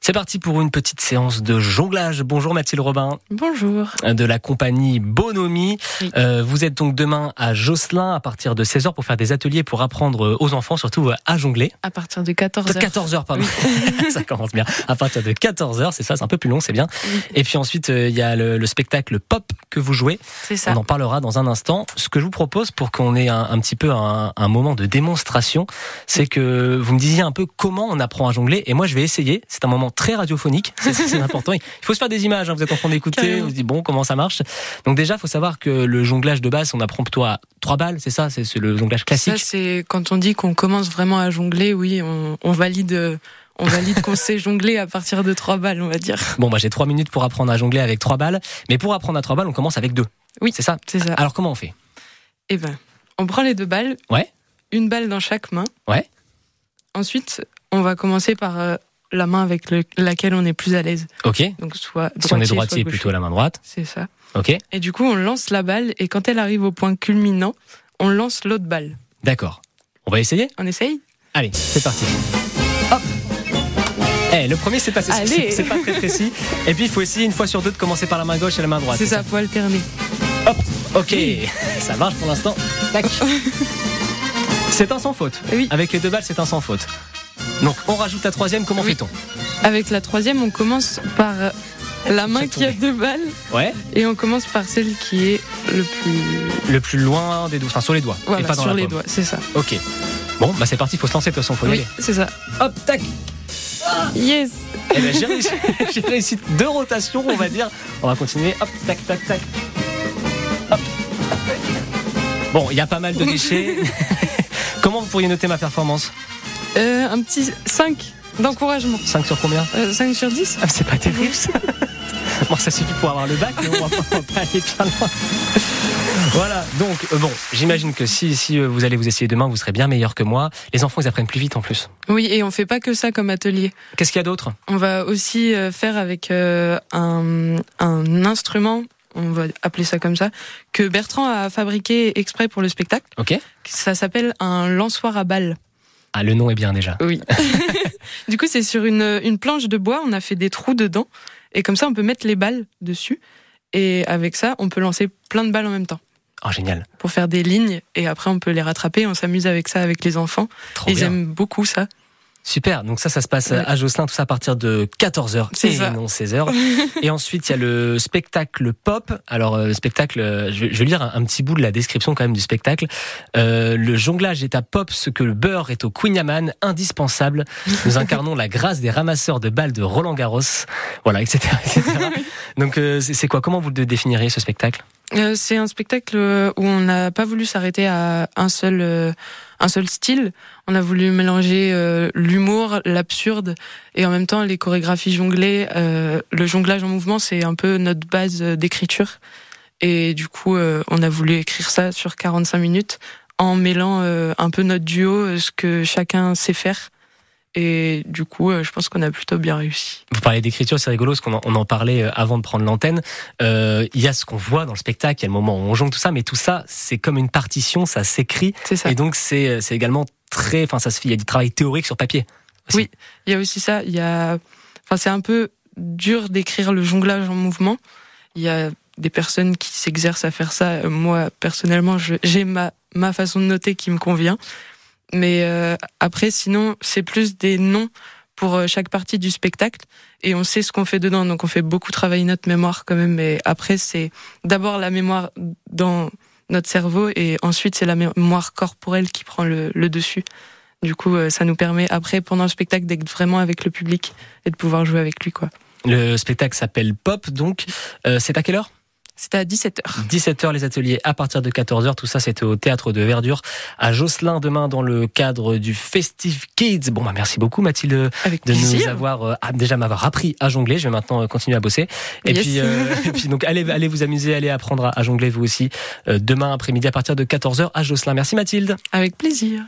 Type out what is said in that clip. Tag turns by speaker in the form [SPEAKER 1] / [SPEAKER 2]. [SPEAKER 1] C'est parti pour une petite séance de jonglage. Bonjour Mathilde Robin euh,
[SPEAKER 2] Bonjour.
[SPEAKER 1] de la compagnie Bonomie.
[SPEAKER 2] Oui.
[SPEAKER 1] Euh, vous êtes donc demain à Josselin à partir de 16h pour faire des ateliers pour apprendre euh, aux enfants surtout à jongler.
[SPEAKER 2] À partir de 14h.
[SPEAKER 1] 14h, pardon. ça commence bien. À partir de 14h, c'est ça, c'est un peu plus long, c'est bien. Et puis ensuite, euh, il y a le, le spectacle pop que vous jouez.
[SPEAKER 2] C'est ça.
[SPEAKER 1] On en parlera dans un instant. Ce que je vous propose pour qu'on ait un, un petit peu un, un moment de démonstration, c'est que vous me disiez un peu comment on apprend à jongler. Et moi, je vais essayer. C'est un moment très radiophonique. C'est- C'est important. Il faut se faire des images. hein. Vous êtes en train d'écouter.
[SPEAKER 2] Carrément.
[SPEAKER 1] Vous vous dites bon, comment ça marche Donc déjà, faut savoir que le jonglage de base, on apprend plutôt à trois balles. C'est ça. C'est c'est le jonglage
[SPEAKER 2] Ça,
[SPEAKER 1] classique.
[SPEAKER 2] c'est quand on dit qu'on commence vraiment à jongler, oui, on, on valide. euh, On valide qu'on sait jongler à partir de trois balles, on va dire.
[SPEAKER 1] Bon, bah j'ai trois minutes pour apprendre à jongler avec trois balles. Mais pour apprendre à trois balles, on commence avec deux.
[SPEAKER 2] Oui. Euh.
[SPEAKER 1] C'est ça.
[SPEAKER 2] C'est ça.
[SPEAKER 1] Alors comment on fait
[SPEAKER 2] Eh ben, on prend les deux balles.
[SPEAKER 1] Ouais.
[SPEAKER 2] Une balle dans chaque main.
[SPEAKER 1] Ouais.
[SPEAKER 2] Ensuite, on va commencer par euh, la main avec le- laquelle on est plus à l'aise.
[SPEAKER 1] Ok.
[SPEAKER 2] Donc soit
[SPEAKER 1] Si on est
[SPEAKER 2] soit
[SPEAKER 1] droitier,
[SPEAKER 2] gaucher.
[SPEAKER 1] plutôt la main droite.
[SPEAKER 2] C'est ça.
[SPEAKER 1] Ok.
[SPEAKER 2] Et du coup, on lance la balle et quand elle arrive au point culminant, on lance l'autre balle.
[SPEAKER 1] D'accord. On va essayer.
[SPEAKER 2] On essaye
[SPEAKER 1] Allez, c'est parti. Hop Eh, le premier c'est pas c'est-
[SPEAKER 2] Allez.
[SPEAKER 1] c'est pas très précis. Et puis il faut essayer une fois sur deux de commencer par la main gauche et la main droite.
[SPEAKER 2] C'est ça, faut alterner.
[SPEAKER 1] Ok, ça marche pour l'instant. Tac. C'est un sans faute.
[SPEAKER 2] Oui.
[SPEAKER 1] Avec les deux balles, c'est un sans faute. Donc on rajoute la troisième. Comment
[SPEAKER 2] Oui.
[SPEAKER 1] fait-on
[SPEAKER 2] Avec la troisième, on commence par euh, la main
[SPEAKER 1] J'ai
[SPEAKER 2] qui a
[SPEAKER 1] tourné.
[SPEAKER 2] deux balles
[SPEAKER 1] Ouais.
[SPEAKER 2] et on commence par celle qui est le plus.
[SPEAKER 1] Le plus loin des doigts, enfin sur les doigts et
[SPEAKER 2] Voilà,
[SPEAKER 1] pas dans
[SPEAKER 2] bah, sur
[SPEAKER 1] la
[SPEAKER 2] les
[SPEAKER 1] paume.
[SPEAKER 2] doigts, c'est ça.
[SPEAKER 1] Ok. Bon, bah c'est parti. Faut se lancer de toute façon. Faut y
[SPEAKER 2] Oui,
[SPEAKER 1] aller.
[SPEAKER 2] c'est ça.
[SPEAKER 1] Hop, tac.
[SPEAKER 2] Yes
[SPEAKER 1] Eh ben, j'ai réussi, j'ai réussi deux rotations, on va dire. On va continuer. Hop, tac, tac, tac. Hop. Bon, il y a pas mal de déchets. Comment vous pourriez noter ma performance
[SPEAKER 2] Euh, Un petit 5 d'encouragement.
[SPEAKER 1] 5 sur combien
[SPEAKER 2] 5 sur 10
[SPEAKER 1] ah, C'est pas terrible ça. Bon, ça suffit pour avoir le bac, mais on va pas, on va pas aller bien loin. Voilà, donc euh, bon, j'imagine que si, si euh, vous allez vous essayer demain, vous serez bien meilleur que moi. Les enfants, ils apprennent plus vite en plus.
[SPEAKER 2] Oui, et on fait pas que ça comme atelier.
[SPEAKER 1] Qu'est-ce qu'il y a d'autre
[SPEAKER 2] On va aussi euh, faire avec euh, un, un instrument, on va appeler ça comme ça, que Bertrand a fabriqué exprès pour le spectacle.
[SPEAKER 1] Ok.
[SPEAKER 2] Ça s'appelle un lançoir à balles.
[SPEAKER 1] Ah, le nom est bien déjà.
[SPEAKER 2] Oui. du coup, c'est sur une, une planche de bois, on a fait des trous dedans. Et comme ça, on peut mettre les balles dessus. Et avec ça, on peut lancer plein de balles en même temps
[SPEAKER 1] Oh, génial.
[SPEAKER 2] pour faire des lignes. Et après, on peut les rattraper. On s'amuse avec ça avec les enfants.
[SPEAKER 1] Trop
[SPEAKER 2] Ils
[SPEAKER 1] bien.
[SPEAKER 2] aiment beaucoup ça.
[SPEAKER 1] Super, donc ça, ça se passe
[SPEAKER 2] Ouais.
[SPEAKER 1] à Josselin, tout ça à partir de 14h
[SPEAKER 2] C'est
[SPEAKER 1] et
[SPEAKER 2] ça.
[SPEAKER 1] non 16h. et ensuite, il y a le spectacle pop. Alors, euh, le spectacle, euh, je vais, je vais lire un, un petit bout de la description quand même du spectacle. Euh, le jonglage est à pop ce que le beurre est au Queen Yaman, indispensable. Nous incarnons la grâce des ramasseurs de balles de Roland Garros. Voilà, etc. etc. donc, euh, c'est c'est quoi Comment vous le définiriez ce spectacle
[SPEAKER 2] Euh, c'est un spectacle euh, où on n'a pas voulu s'arrêter à un seul, euh, un seul style. On a voulu mélanger euh, l'humour, l'absurde et en même temps les chorégraphies jonglées. Euh, le jonglage en mouvement, c'est un peu notre base euh, d'écriture. Et du coup, euh, on a voulu écrire ça sur 45 minutes en mêlant euh, un peu notre duo, euh, ce que chacun sait faire. Et du coup, euh, je pense qu'on a plutôt bien réussi.
[SPEAKER 1] Vous parlez d'écriture, c'est rigolo, parce qu'on en, on en parlait euh, avant de prendre l'antenne. Euh, Il y a ce qu'on voit dans le spectacle, il y a le moment où on jongle, tout ça, mais tout ça, c'est comme une partition, ça s'écrit.
[SPEAKER 2] C'est ça.
[SPEAKER 1] Et donc, c'est euh, c'est également très. Enfin, ça se fait, il y a du travail théorique sur papier. aussi.
[SPEAKER 2] Oui. Il y a aussi ça, il y a... enfin, c'est un peu dur d'écrire le jonglage en mouvement. Il y a des personnes qui s'exercent à faire ça. Euh, Moi, personnellement, je- j'ai ma, ma façon de noter qui me convient. Mais euh, après, sinon, c'est plus des noms pour euh, chaque partie du spectacle. Et on sait ce qu'on fait dedans. Donc, on fait beaucoup travailler notre mémoire quand même. Mais après, c'est d'abord la mémoire dans notre cerveau. Et ensuite, c'est la mémoire corporelle qui prend le- le dessus. Du coup, euh, ça nous permet après, pendant le spectacle, d'être vraiment avec le public et de pouvoir jouer avec lui, quoi.
[SPEAKER 1] Le spectacle s'appelle Pop, donc. Euh, c'est à quelle heure
[SPEAKER 2] C'était à 17h.
[SPEAKER 1] 17h les ateliers à partir de 14h. Tout ça, c'était au théâtre de Verdure à Josselin demain dans le cadre du Festive Kids. Bon, bah, merci beaucoup, Mathilde,
[SPEAKER 2] Avec
[SPEAKER 1] de
[SPEAKER 2] plaisir.
[SPEAKER 1] nous avoir euh, ah, déjà m'avoir appris à jongler. Je vais maintenant euh, continuer à bosser. Et
[SPEAKER 2] Yes.
[SPEAKER 1] puis, euh, et puis donc, allez, allez vous amuser, allez apprendre à, à jongler vous aussi euh, demain après-midi à partir de 14h à Josselin. Merci, Mathilde.
[SPEAKER 2] Avec plaisir.